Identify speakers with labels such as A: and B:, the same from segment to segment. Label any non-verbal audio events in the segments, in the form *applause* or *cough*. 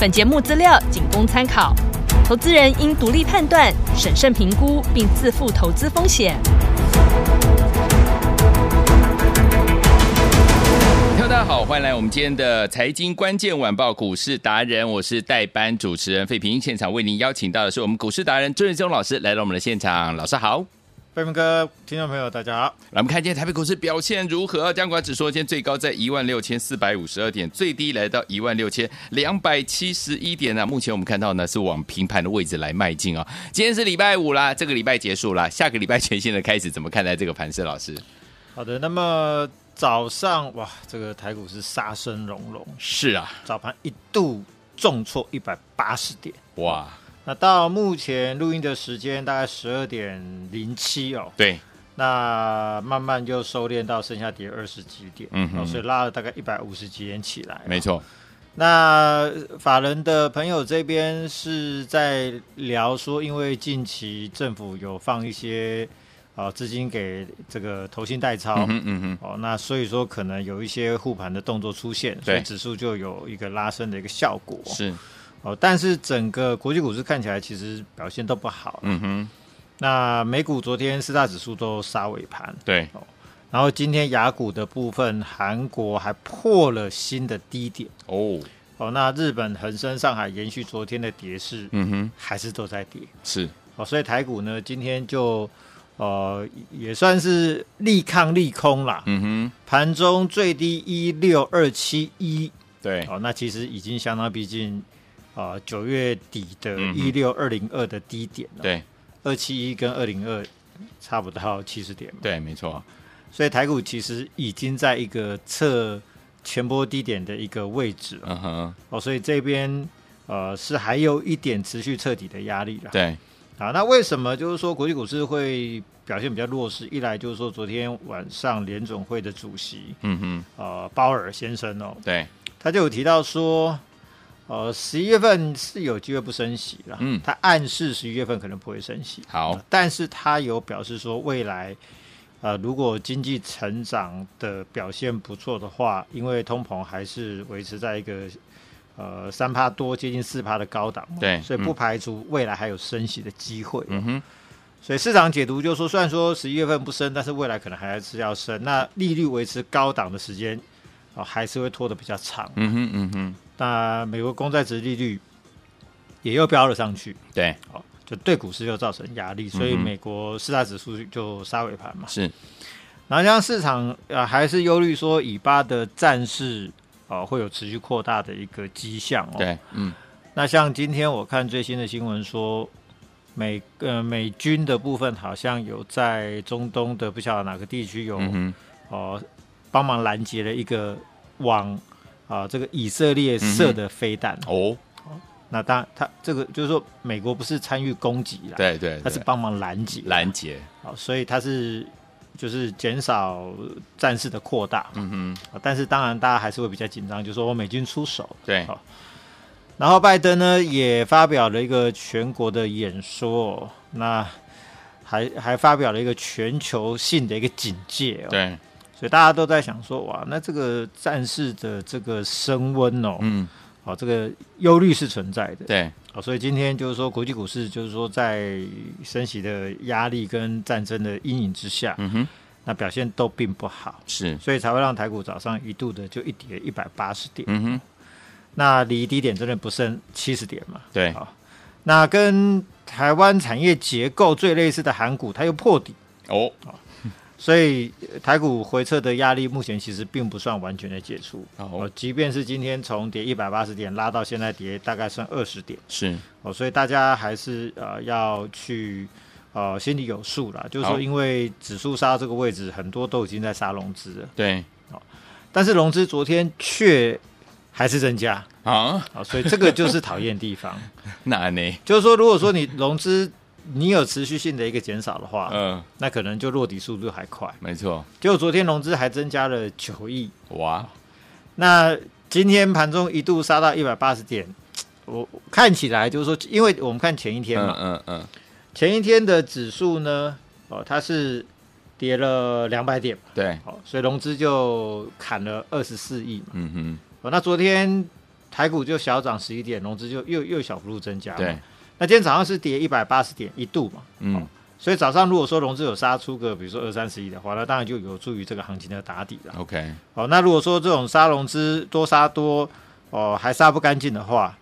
A: 本节目资料仅供参考，投资人应独立判断、审慎评估，并自负投资风险。
B: 大家好，欢迎来我们今天的财经关键晚报股市达人，我是代班主持人费平。现场为您邀请到的是我们股市达人郑瑞忠老师来到我们的现场，老师好。
C: 飞鹏哥，听众朋友，大家好。
B: 来，我们看今天台北股市表现如何？啊加权指数今天最高在一万六千四百五十二点，最低来到一万六千两百七十一点呢、目前我们看到呢是往平盘的位置来迈进啊、今天是礼拜五啦，这个礼拜结束啦，下个礼拜全新的开始，怎么看待这个盘势？老师
C: 好的，那么早上哇，这个台股是杀声隆隆，
B: 是啊，
C: 早盘一度重挫一百八十点。
B: 哇，
C: 那到目前录音的时间大概十二点零七哦，
B: 对，
C: 那慢慢就收敛到剩下跌二十几点，
B: 嗯哼
C: 哦所以拉了大概一百五十几点起来。
B: 没。错，
C: 那法人的朋友这边是在聊说，因为近期政府有放一些啊资金给这个投信代操，
B: 嗯哼嗯哼，
C: 哦，那所以说可能有一些护盘的动作出现，所以指数就有一个拉升的一个效果。
B: 是，
C: 哦，但是整个国际股市看起来其实表现都不好。
B: 嗯哼，
C: 那美股昨天四大指数都杀尾盘，
B: 对，
C: 然后今天雅股的部分，韩国还破了新的低点。
B: 哦，
C: 哦，那日本恒生、上海延续昨天的跌势，
B: 嗯哼，
C: 还是都在跌。
B: 是，
C: 哦，所以台股呢，今天就呃也算是利抗利空啦。
B: 嗯哼，
C: 盘中最低一六二七一，
B: 对，
C: 哦，那其实已经相当逼近啊九、月底的
B: 嗯
C: 一六二零二的低点了。
B: 对，
C: 二七一跟二零二差不到七十点嘛，
B: 对，没错，
C: 所以台股其实已经在一个测前波低点的一个位置了。
B: 嗯哼，
C: 哦，所以这边呃是还有一点持续彻底的压力啦。
B: 对，
C: 啊，那为什么就是说国际股市会表现比较弱势？一来就是说昨天晚上联总会的主席
B: 嗯哼，
C: 呃鲍尔先生哦，
B: 对，
C: 他就有提到说，呃，十一月份是有机会不升息了，
B: 嗯
C: 他暗示十一月份可能不会升息，
B: 好，
C: 但是他有表示说未来。呃，如果经济成长的表现不错的话，因为通膨还是维持在一个呃三帕多接近四帕的高档嘛，
B: 对
C: 所以
B: 嗯
C: 不排除未来还有升息的机会。
B: 嗯哼，
C: 所以市场解读就是说，虽然说十一月份不升，但是未来可能还是要升。那利率维持高档的时间啊、还是会拖得比较长。
B: 嗯哼，嗯哼，
C: 那美国公债值利率也又飙了上去，
B: 对，
C: 哦，就对股市又造成压力，所以
B: 嗯哼
C: 美国四大指数就杀尾盘嘛。
B: 是，
C: 然后加上市场呃还是忧虑说以巴的战事啊、呃会有持续扩大的一个迹象哦。
B: 对，嗯，
C: 那像今天我看最新的新闻说，美呃美军的部分好像有在中东的不晓得哪个地区有、
B: 嗯哼，
C: 哦帮忙拦截了一个往啊、这个以
B: 嗯
C: 色列射的飞弹。
B: 哦，
C: 那当然，他这个就是说，美国不是参与攻击啦，
B: 对对，
C: 他是
B: 对
C: 帮忙拦截，
B: 拦截，
C: 好，所以他是就是减少战事的扩大。
B: 嗯哼，
C: 但是当然，大家还是会比较紧张，就是说我美军出手，
B: 对，
C: 好然后拜登呢也发表了一个全国的演说，那还还发表了一个全球性的一个警戒、哦，，
B: 对，
C: 所以大家都在想说，哇，那这个战事的这个升温哦，
B: 嗯，
C: 哦，这个忧虑是存在的，
B: 对，
C: 哦，所以今天就是说国际股市就是说在升息的压力跟战争的阴影之下，
B: 嗯哼，
C: 那表现都并不好，
B: 是，
C: 所以才会让台股早上一度的就一跌一百八十点，
B: 嗯哼，
C: 那离低点真的不剩七十点嘛，
B: 对，
C: 好，那跟台湾产业结构最类似的韩股，它又破底，
B: 哦，
C: 所以呃台股回撤的压力目前其实并不算完全的解除。
B: 哦，
C: 即便是今天从跌一百八十点拉到现在跌大概剩二十点
B: 是，
C: 哦，所以大家还是呃要去呃心里有数啦，就是
B: 好
C: 说因为指数杀到这个位置，很多都已经在杀融资了，
B: 对，
C: 但是融资昨天却还是增加
B: 啊，
C: 啊，所以这个就是讨厌的地
B: *laughs*
C: 方。
B: 那呢？
C: 就是说，如果说你融资你有持续性的一个减少的话，
B: 嗯，
C: 那可能就落地速度还快。
B: 没错，
C: 结果昨天融资还增加了九亿，
B: 哇，
C: 那今天盘中一度杀到一百八十点，我看起来就是说，因为我们看前一天
B: 嗯
C: 嘛，
B: 嗯嗯，
C: 前一天的指数呢，哦，它是跌了两百点嘛，
B: 对，
C: 哦，所以融资就砍了二十四亿嘛，
B: 嗯哼，
C: 哦，那昨天台股就小涨十一点，融资就又又小幅度增加，
B: 对，，
C: 那今天早上是跌一百八十点一度嘛，
B: 嗯，
C: 所以早上如果说融资有杀出个比如说二三十亿的话，那当然就有助于这个行情的打底了。
B: OK，
C: 哦，那如果说这种杀融资多杀多，哦还杀不干净的话，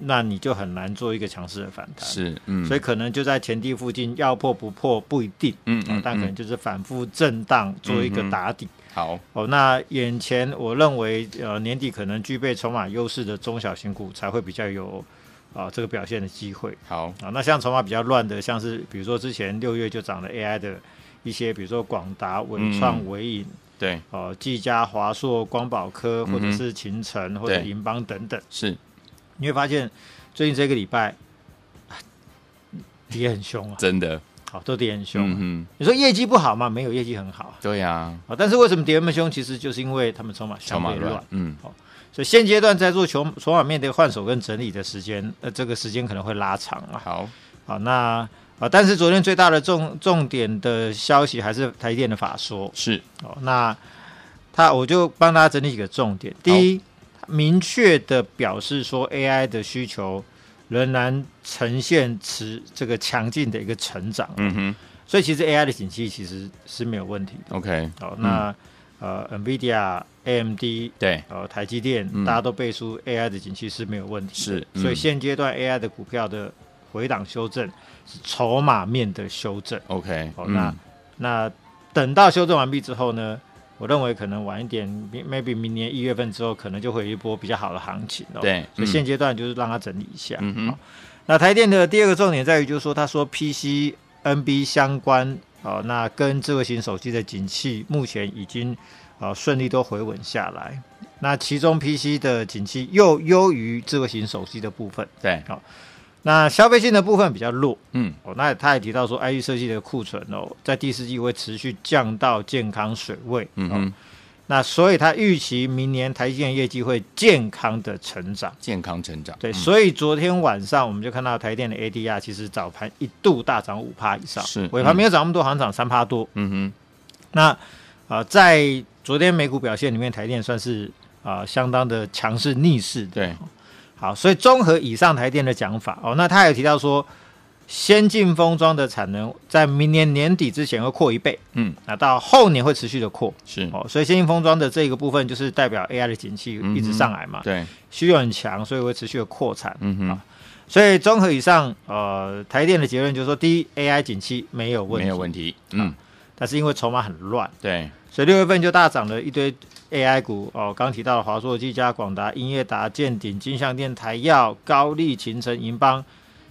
C: 那你就很难做一个强势的反弹。，
B: 是，嗯，
C: 所以可能就在前低附近，要破不破不一定，
B: 嗯
C: 哦
B: 嗯，
C: 但可能
B: 嗯，
C: 就是反复震荡做一个打底。
B: 好，
C: 哦，那眼前我认为，呃，年底可能具备筹码优势的中小型股才会比较有啊、这个表现的机会。
B: 好，
C: 啊，那像筹码比较乱的，像是比如说之前六月就涨了 AI 的一些，比如说广达、伟创、
B: 嗯
C: 伟影、
B: 对，
C: 哦，技嘉、华硕、光宝科，或者
B: 嗯哼
C: 是秦城或者
B: 对
C: 银邦等等，
B: 是，
C: 你会发现最近这个礼拜啊跌很凶啊，
B: 真的，
C: 好、都跌很凶啊、
B: 嗯哼，
C: 你说业绩不好吗？没有，业绩很好啊。
B: 对呀，
C: 啊，但是为什么跌那么凶？其实就是因为他们筹码
B: 小
C: 相
B: 马
C: 对
B: 乱
C: 乱，，
B: 嗯，
C: 所以现阶段在做筹筹码面对换手跟整理的时间，呃，这个时间可能会拉长啊。
B: 好，
C: 好，那啊，但是昨天最大的重重点的消息还是台积电的法说，
B: 是，
C: 哦，那他我就帮大家整理几个重点。第一，明确的表示说 AI 的需求仍然呈现持这个强劲的一个成长，
B: 嗯
C: 所以其实 AI 的景气其实是没有问题
B: 哼，OK，
C: 的。哦，那、呃，NVIDIA、AMD
B: 对，
C: 呃，台积电、
B: 嗯
C: 大家都背书 AI 的景气是没有问题的，
B: 是嗯
C: 所以现阶段 AI 的股票的回档修正是筹码面的修正。
B: ，OK，
C: 好那那等到修正完毕之后呢，我认为可能晚一点明，maybe 明年一月份之后，可能就会有一波比较好的行情哦。
B: 对嗯
C: 所以现阶段就是让它整理一下。
B: 嗯哼
C: 好那台电的第二个重点在于，就是说他说 PC、NB 相关哦，那跟智慧型手机的景气目前已经呃顺利都回稳下来。那其中 PC 的景气又优于智慧型手机的部分，
B: 对，
C: 那消费性的部分比较弱。
B: 嗯，
C: 哦，那他也提到说，IE 设计的库存哦，在第四季会持续降到健康水位。
B: 嗯
C: 哦
B: 哼，，
C: 那所以他预期明年台积电业绩会健康的成长。
B: 健康成长，
C: 对，
B: 嗯
C: 所以昨天晚上我们就看到台积电的 ADR 其实早盘一度大涨五帕以上，
B: 是
C: 尾盘没有涨那么多，好像涨三帕多。
B: 嗯
C: 那呃，在昨天美股表现里面，台积电算是呃相当的强势逆势
B: 哼，
C: 的。
B: 对，
C: 好，所以综合以上台电的讲法哦，那他有提到说，先进封装的产能在明年年底之前会扩一倍，
B: 嗯，
C: 那到后年会持续的扩
B: 是，
C: 哦，所以先进封装的这个部分就是代表 AI 的景气
B: 嗯哼
C: 一直上来嘛，
B: 对，
C: 需求很强，所以会持续的扩产。
B: 嗯哼
C: 好，所以综合以上，呃，台电的结论就是说，第一，AI 景气没有问题，
B: 没有问题，嗯，
C: 但是因为筹码很乱，
B: 对，
C: 所以六月份就大涨了一堆 AI 股哦，刚提到的华硕、技嘉、广达、英业达、建鼎、金象电、台药、高丽、秦城、银邦，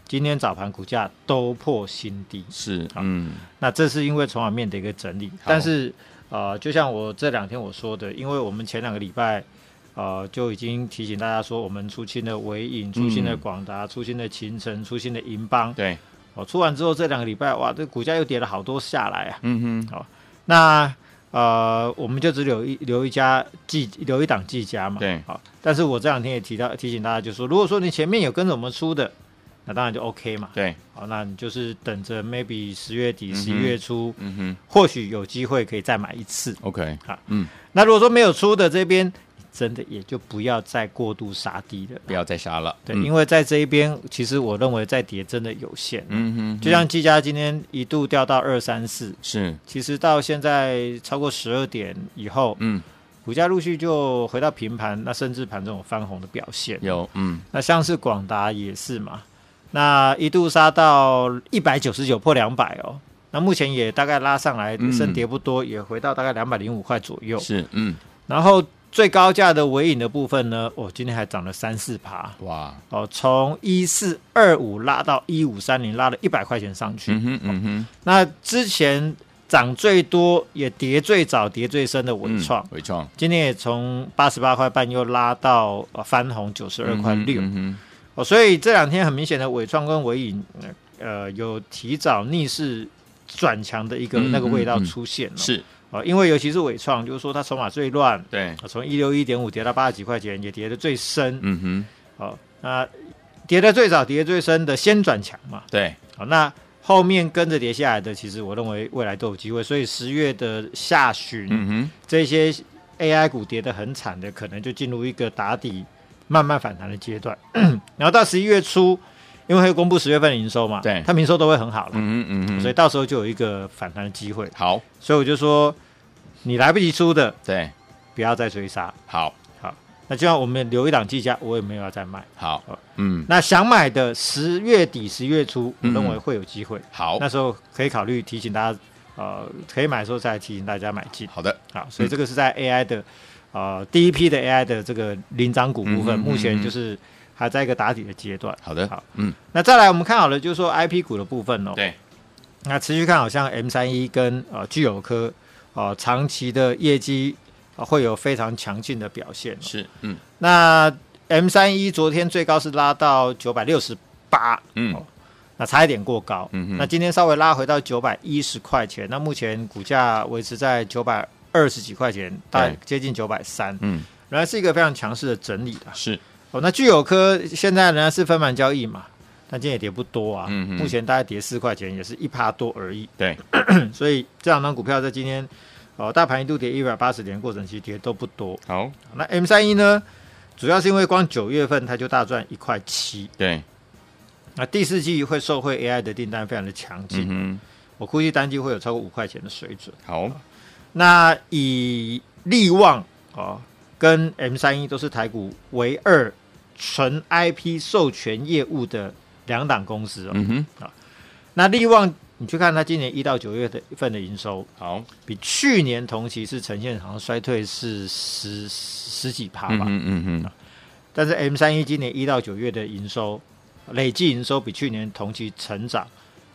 C: 今天早盘股价都破新低。
B: 是，嗯，
C: 那这是因为筹码面的一个整理，但是呃，就像我这两天我说的，因为我们前两个礼拜。呃，就已经提醒大家说，我们出清的伟影、出清的
B: 嗯
C: 广达、出清的秦城、出清的银邦，
B: 对，
C: 哦，出完之后这两个礼拜，哇，这股价又跌了好多下来啊。
B: 嗯哼，
C: 那呃，我们就只留一留一家技留一档技家嘛。
B: 对
C: 好、但是我这两天也提到提醒大家，就说如果说你前面有跟着我们出的，那当然就 OK 嘛。
B: 对，
C: 好、那你就是等着 maybe 十月底、
B: 嗯哼
C: 十一月初，
B: 嗯哼
C: 或许有机会可以再买一次。
B: ，OK，嗯
C: 那如果说没有出的这边，真的也就不要再过度杀低了。
B: 不要再杀了，
C: 对，
B: 嗯
C: 因为在这一边，其实我认为在跌真的有限。
B: 嗯哼，
C: 就像技嘉今天一度掉到二三四，
B: 是，
C: 其实到现在超过十二点以后，
B: 嗯，
C: 股价陆续就回到平盘，那甚至盘中有翻红的表现。
B: 有，嗯，
C: 那像是广达也是嘛，那一度杀到一百九十九破两百哦，那目前也大概拉上来，
B: 嗯
C: 升跌不多，也回到大概两百零五块左右。
B: 是，嗯，
C: 然后最高价的尾影的部分呢，哦，今天还涨了三四趴
B: 哇，
C: 哦，从一四二五拉到一五三零，拉了一百块钱上去。
B: 嗯哼，嗯哼，
C: 那之前涨最多也跌最早、跌最深的文创，
B: 嗯伟创
C: 今天也从八十八块半又拉到、呃、翻红九十二块六
B: 嗯哼
C: 哦，所以这两天很明显的伟创跟伟影呃呃有提早逆势转强的一个
B: 嗯
C: 那个味道
B: 嗯嗯
C: 出现了、
B: 嗯是，
C: 哦，因为尤其是伟创，就是说它筹码最乱，
B: 对，
C: 呃从一六一点五跌到八十几块钱，也跌得最深。
B: 嗯哼，
C: 哦，那跌得最早、跌得最深的先转强嘛。
B: 对，
C: 好、那后面跟着跌下来的，其实我认为未来都有机会。所以十月的下旬，
B: 嗯哼，
C: 这些 AI 股跌得很惨的，可能就进入一个打底、慢慢反弹的阶段。 *clears throat* 然后到十一月初，因为会公布十月份的营收嘛，
B: 对
C: 它营收都会很好了，
B: 嗯哼，嗯哼，
C: 所以到时候就有一个反弹的机会。
B: 好，
C: 所以我就说，你来不及出的，
B: 对，
C: 不要再追杀。
B: 好，
C: 那就像我们留一档计价，我也没有要再卖。
B: 好
C: 好，
B: 嗯，
C: 那想买的十月底、十月初，我
B: 嗯
C: 认为会有机会，
B: 好，
C: 那时候可以考虑提醒大家，呃，可以买的时候再提醒大家买进。
B: 好的，
C: 好，所以这个是在 AI 的呃第一批的 AI 的这个领涨股部分，
B: 嗯嗯嗯
C: 目前就是还在一个打底的阶段。
B: 好的，
C: 好，
B: 嗯，
C: 那再来我们看好了，就是说 IP 股的部分哦，
B: 对，
C: 那持续看好像 M 三一跟呃聚友科，呃长期的业绩、呃会有非常强劲的表现、哦。
B: 是，嗯，
C: 那 M 三一昨天最高是拉到九百六十八，
B: 嗯
C: 哦，那差一点过高。
B: 嗯哼
C: 那今天稍微拉回到九百一十块钱，那目前股价维持在九百二十几块钱，大概
B: 对
C: 接近九百三，
B: 嗯，
C: 仍然是一个非常强势的整理啊。
B: 是，
C: 哦，那聚友科现在仍然是分盘交易嘛，但今天也跌不多啊，
B: 嗯哼
C: 目前大概跌四块钱，也是一趴多而已。
B: 对，
C: 所以这两档股票在今天，哦，大盘一度跌一百八十点，过程其实跌都不多。
B: 好，
C: 那 M 三一呢，主要是因为光九月份它就大赚一块七，
B: 对，
C: 那第四季会受惠 AI 的订单非常的强劲，
B: 嗯
C: 我估计单季会有超过五块钱的水准。
B: 哼，好，
C: 那以利旺哦跟 M 三一都是台股唯二纯 IP 授权业务的两档公司哦。
B: 嗯哼，
C: 那利旺你去看它今年一到九月的份的营收，
B: 好，
C: 比去年同期是呈现好像衰退是十十几趴吧。
B: 嗯哼，嗯哼，
C: 但是 M 三一今年一到九月的营收累计营收比去年同期成长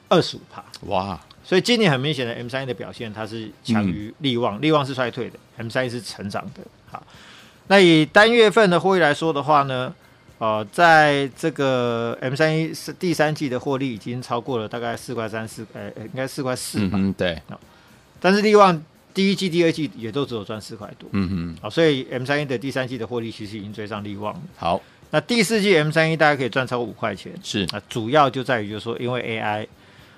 C: 二十五帕，
B: 哇，
C: 所以今年很明显的 M 三一的表现它是
B: 嗯
C: 强于利旺，利旺是衰退的，M 三一是成长的。好，那以单月份的获利来说的话呢，呃，在这个 M 三一是第三季的获利已经超过了大概四块三四，呃，应该四块四
B: 嗯
C: 吧，
B: 哼，对，
C: 但是利旺第一季、第二季也都只有赚四块多。
B: 嗯哼，
C: 好，所以 M 三一的第三季的获利其实已经追上利旺了。
B: 好，
C: 那第四季 M 三一大概可以赚超过五块钱，
B: 是，
C: 啊，主要就在于就是说，因为 AI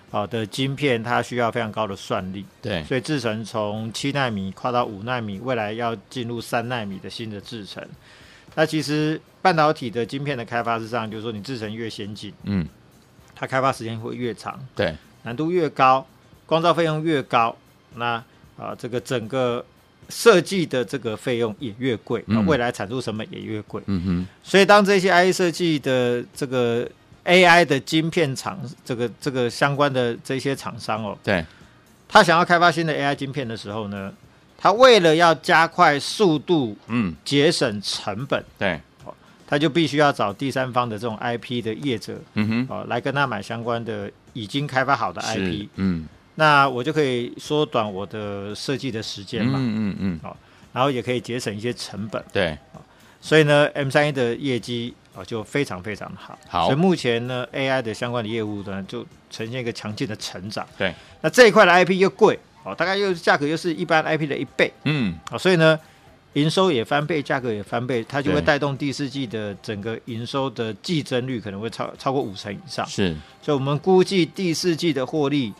C: 好、的晶片它需要非常高的算力，
B: 对，
C: 所以制程从七纳米跨到五纳米，未来要进入三纳米的新的制程。那其实半导体的晶片的开发是这样，就是说你制程越先进，
B: 嗯，
C: 它开发时间会越长，
B: 对，
C: 难度越高，光照费用越高，那啊、这个整个设计的这个费用也越贵，那
B: 嗯
C: 未来产出成本也越贵。
B: 嗯哼，
C: 所以当这些 AI 设计的这个 AI 的晶片厂，这个这个相关的这些厂商哦，
B: 对，
C: 他想要开发新的 AI 晶片的时候呢，他为了要加快速度、
B: 嗯，
C: 节省成本，
B: 对，
C: 他就必须要找第三方的这种 IP 的业者
B: 嗯哼，
C: 哦，来跟他买相关的已经开发好的 IP，
B: 是，嗯，
C: 那我就可以缩短我的设计的时间
B: 嗯
C: 嘛，
B: 嗯嗯，
C: 然后也可以节省一些成本。
B: 对，
C: 所以呢，M 三一的业绩啊、呃就非常非常的好。
B: 好
C: 所以目前呢，AI 的相关的业务呢就呈现一个强劲的成长。
B: 对，
C: 那这一块的 IP 又贵哦，大概又价格又是一般 IP 的一倍
B: 嗯，
C: 哦，所以呢，营收也翻倍，价格也翻倍，它就
B: 对
C: 会带动第四季的整个营收的季增率可能会超超过五成以上。
B: 是，
C: 所以我们估计第四季的获利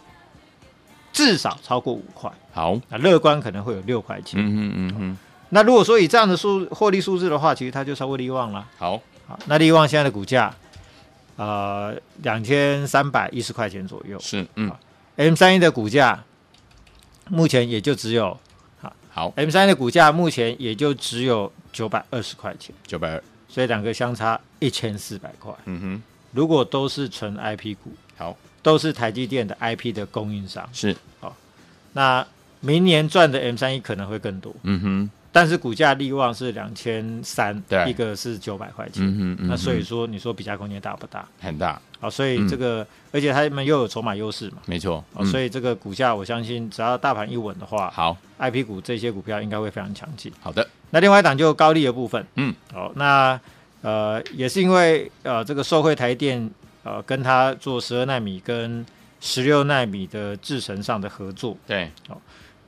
C: 至少超过五块，
B: 好，
C: 那乐观可能会有六块钱。
B: 嗯哼嗯哼，
C: 那如果说以这样的数获利数字的话，其实它就超过利旺了。
B: 好，
C: 好，那利旺现在的股价，呃，两千三百一十块钱左右。
B: 是，嗯，
C: M 三一的股价目前也就只有
B: 好，
C: M 三一的股价目前也就只有九百二十块钱，
B: 九百二，
C: 所以两个相差一千四百块。
B: 嗯
C: 如果都是纯 IP 股，
B: 哼，好，
C: 都是台积电的 IP 的供应商，
B: 是，
C: 那明年赚的 M 三一可能会更多，
B: 嗯哼，
C: 但是股价力旺是两千三
B: 对，
C: 一个是九百块钱。
B: 嗯嗯嗯，
C: 那所以
B: 嗯
C: 说，你说比价空间大不大？
B: 很大，
C: 啊，所以这个，而且他们又有筹码优势嘛，
B: 没错
C: 啊，，所
B: 以
C: 以这个股价，我相信只要大盘一稳的话
B: 好
C: ，IP 股这些股票应该会非常强劲。
B: 好的，
C: 那另外一档就高利的部分，
B: 嗯，
C: 哦，那呃也是因为呃这个受惠台电呃跟他做十二纳米跟十六纳米的制程上的合作，
B: 对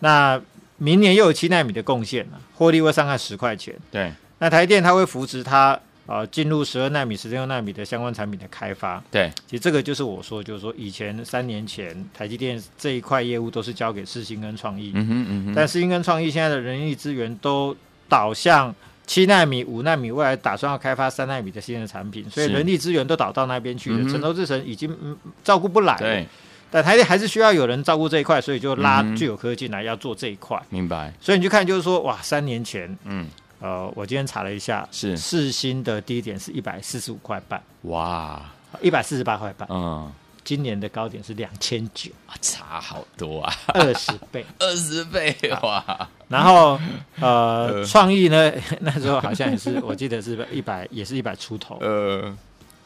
C: 那明年又有七纳米的贡献了，获利会上看十块钱。
B: 对
C: 那台电它会扶持它呃进入十二纳米、十六纳米的相关产品的开发，
B: 对，
C: 其实这个就是我说，就是说以前三年前台积电这一块业务都是交给世新跟创意，
B: 嗯哼嗯哼，
C: 但世新跟创意现在的人力资源都导向七纳米、五纳米，未来打算要开发三纳米的新的产品，所以
B: 是
C: 人力资源都导到那边去
B: 嗯
C: 了，
B: 哼
C: 成投制程已经、嗯照顾不来了
B: 对，，
C: 但台积电还是需要有人照顾这一块，所以就拉
B: 嗯哼
C: 具有科技进来要做这一块，
B: 明白，
C: 所以你去看就是说，哇，三年前
B: 嗯，
C: 呃，我今天查了一下，
B: 是
C: 世新的低点是一百四十五块半，
B: 哇，
C: 一百四十八块半，
B: 嗯，
C: 今年的高点是两千九。
B: 啊差好多啊， *laughs*
C: 二十倍。
B: 二十倍哇，*laughs*
C: 然后呃，创意呢， *laughs* 那时候好像也是，我记得是一百，也是一百出头，
B: 呃，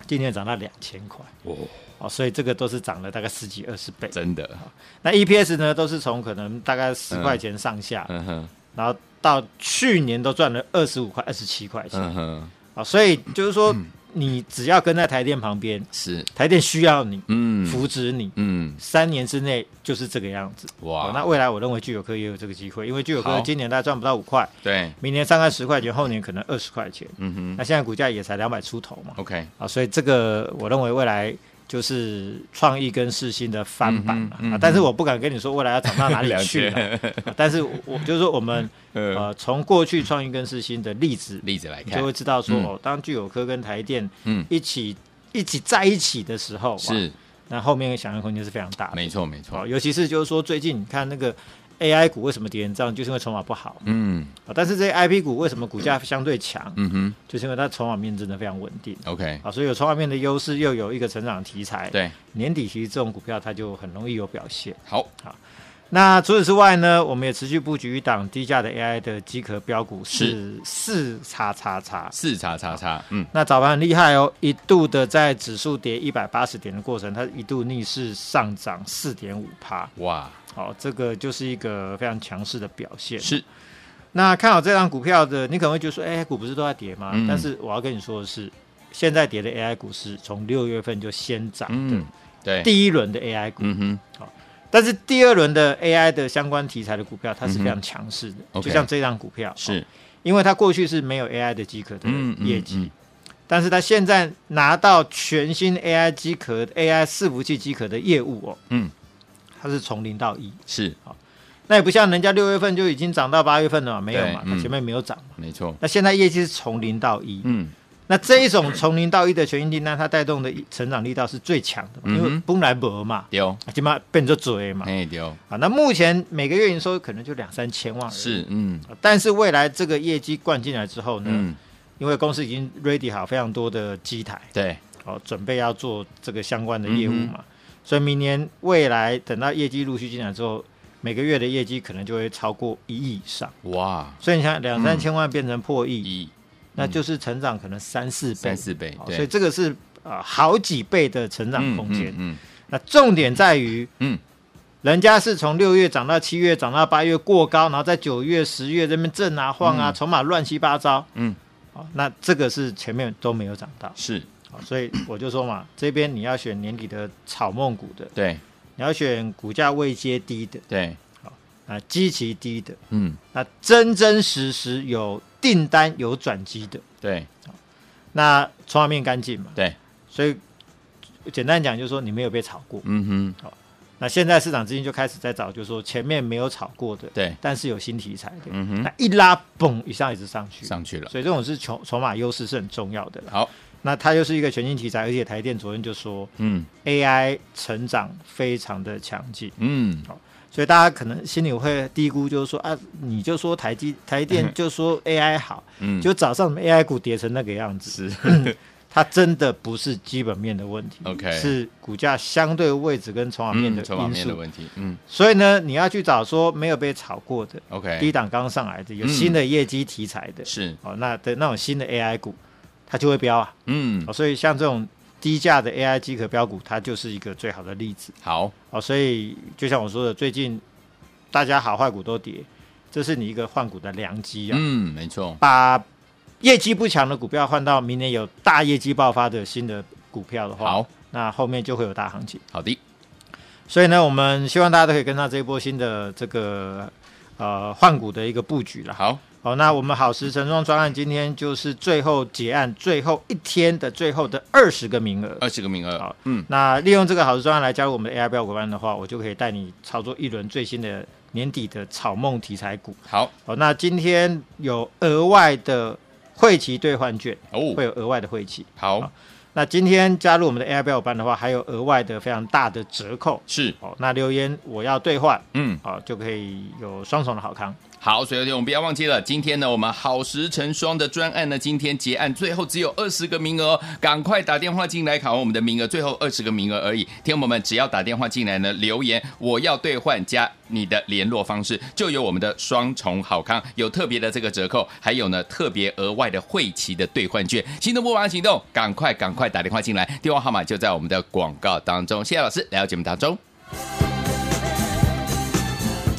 C: 今天涨到两千块
B: 哦，
C: 哦，所以这个都是涨了大概十几二十倍。
B: 真的，
C: 那 EPS 呢，都是从可能大概十块钱上下，
B: 嗯哼
C: 然后到去年都赚了二十五块、二十七块钱啊、
B: 嗯哼，
C: 哦，所以就是说，你只要跟在台电旁边，
B: 是，
C: 台电需要你，
B: 嗯
C: 扶持你。
B: 嗯，
C: 三年之内就是这个样子
B: 哇
C: 哦那未来我认为聚友科也有这个机会，因为聚友科
B: 好
C: 今年大概赚不到五块，
B: 对，
C: 明年上看十块钱，后年可能二十块钱。
B: 嗯哦哼
C: 那现在股价也才两百出头嘛，
B: ，OK，
C: 啊，所以这个我认为未来就是创意跟世新的翻版嘛、
B: 嗯哼嗯哼
C: 啊，但是我不敢跟你说未来要涨到哪里
B: *laughs* 了解
C: 去啊、啊但是我就是说
B: *laughs*
C: 我们
B: 呃，
C: 呃从过去创意跟世新的例子，
B: 例子来
C: 你
B: 看
C: 就，会知道说、
B: 嗯
C: 哦，当聚友科跟台电
B: 嗯
C: 一起、一起在一起的时候，哇
B: 是，
C: 那后面的想象空间是非常大的，
B: 没错没
C: 哦，
B: 错，
C: 尤其是就是说最近你看那个 AI 股为什么跌成这样，就是因为筹码不好。
B: 嗯
C: 啊，但是这些 IP 股为什么股价相对强？
B: 嗯哼
C: 就是因为它筹码面真的非常稳定
B: ，OK，
C: 啊，所以有筹码面的优势，又有一个成长题材。，
B: 对，
C: 年底其实这种股票它就很容易有表现。
B: 好，
C: 那除此之外呢，我们也持续布局一档低价的 AI 的机壳标股是四叉叉叉。
B: 四叉叉叉，嗯，
C: 那早盘很厉害哦，一度的在指数跌一百八十点的过程，它一度逆势上涨四点五趴，
B: 哇，
C: 哦，这个就是一个非常强势的表现。
B: 是，
C: 那看好这张股票的，你可能会觉得说，哎、股不是都在跌吗？
B: 嗯
C: 但是我要跟你说的是，现在跌的 AI 股是从六月份就先涨
B: 嗯
C: 的，
B: 对，
C: 第一轮的 AI 股，
B: 嗯哼，
C: 但是第二轮的 AI 的相关题材的股票，它是
B: 嗯
C: 非常强势的，
B: OK
C: 就像这张股票，哦
B: 是，
C: 因为它过去是没有 AI 的机壳的
B: 嗯，嗯
C: 业绩。
B: 嗯
C: 但是它现在拿到全新 AI 机壳、AI 伺服器机壳的业务哦，
B: 嗯，
C: 它是从零到一，
B: 是，
C: 那也不像人家六月份就已经涨到八月份了嘛，没有嘛，
B: 对嗯
C: 它前面没有涨嘛。
B: 没错，
C: 那现在业绩是从零到一，
B: 嗯，
C: 那这一种从零到一的全新订单，它带动的成长力道是最强的嘛，
B: 嗯哼
C: 因为本来没嘛，啊
B: 丢，
C: 起码变成嘴嘛。
B: 哎丢，
C: 啊，那目前每个月营收可能就两三千万而已，
B: 是，嗯
C: 啊。但是未来这个业绩灌进来之后呢，
B: 嗯，
C: 因为公司已经 ready 好非常多的机台，
B: 对，
C: 哦，准备要做这个相关的业务
B: 嗯
C: 嘛，所以明年未来等到业绩陆续进来之后，每个月的业绩可能就会超过一亿以上。
B: 哇，
C: 所以你想两三千万变成破亿，
B: 一
C: 那就是成长可能三四倍，
B: 嗯三四倍
C: 好，
B: 对
C: 所以这个是呃好几倍的成长空间。
B: 嗯
C: 那重点在于，
B: 嗯，
C: 人家是从六月涨到七月，涨到八月过高，然后在九月、十月这边震啊晃啊，筹码乱七八糟。
B: 嗯，
C: 好，那这个是前面都没有涨到，
B: 是，
C: 好所以我就说嘛，这边你要选年底的草梦股的，
B: 对
C: 你要选股价位阶低的
B: 对，
C: 啊，基期低的，
B: 嗯
C: 那真真实实有订单有转机的。
B: 对
C: 那筹码面干净嘛，
B: 对，
C: 所以简单讲就是说你没有被炒过。
B: 嗯哼，
C: 那现在市场资金就开始在找，就是说前面没有炒过的，
B: 对，
C: 但是有新题材的，
B: 嗯哼，
C: 那一拉嘣一上一直上去，
B: 上去了，
C: 所以这种是筹筹码优势是很重要的啦。
B: 好，
C: 那它就是一个全新题材，而且台电昨天就说
B: 嗯
C: AI 成长非常的强劲。
B: 嗯，
C: 所以大家可能心里会低估，就是说啊，你就说台积台电就说 AI 好，
B: 嗯
C: 就早上 AI 股跌成那个样子，嗯它真的不是基本面的问题
B: OK
C: 是股价相对位置跟筹码面的
B: 筹码
C: 因
B: 面的
C: 素。
B: 问题，嗯
C: 所以呢，你要去找说没有被炒过的低
B: ，OK，
C: 档刚上来的、有
B: 嗯
C: 新的业绩题材的，
B: 是，
C: 哦，那的那种新的 AI 股，它就会飙啊。
B: 嗯
C: 哦，，所以像这种低价的 AI 机壳标股，它就是一个最好的例子。
B: 好，
C: 哦，所以就像我说的，最近大家好坏股都跌，这是你一个换股的良机啊。
B: 嗯，没错，
C: 把业绩不强的股票换到明年有大业绩爆发的新的股票的话，
B: 好，
C: 那后面就会有大行情。
B: 好的，
C: 所以呢，我们希望大家都可以跟上这一波新的这个呃换股的一个布局了。
B: 好，
C: 好，那我们好时晨装专案今天就是最后结案，最后一天的最后的二十个名额。
B: 二十个名额
C: 好，
B: 嗯，
C: 那利用这个好时专案来加入我们的 AI 标股班的话，我就可以带你操作一轮最新的年底的草梦题材股。
B: 好，
C: 好，那今天有额外的汇期兑换券，会
B: 哦，
C: 有额外的汇期。
B: 好，
C: 那今天加入我们的 AI 标股班的话，还有额外的非常大的折扣。
B: 是，
C: 哦，那留言我要兑换，
B: 嗯，
C: 哦，就可以有双重的好康。
B: 好，所以有天我们不要忘记了，今天呢，我们好时成双的专案呢，今天结案，最后只有二十个名额哦，赶快打电话进来考我们的名额，最后二十个名额而已。听友们只要打电话进来呢，留言我要兑换加你的联络方式，就有我们的双重好康，有特别的这个折扣，还有呢特别额外的会期的兑换券。心动不忙行动，赶快赶快打电话进来，电话号码就在我们的广告当中。谢谢老师来到节目当中。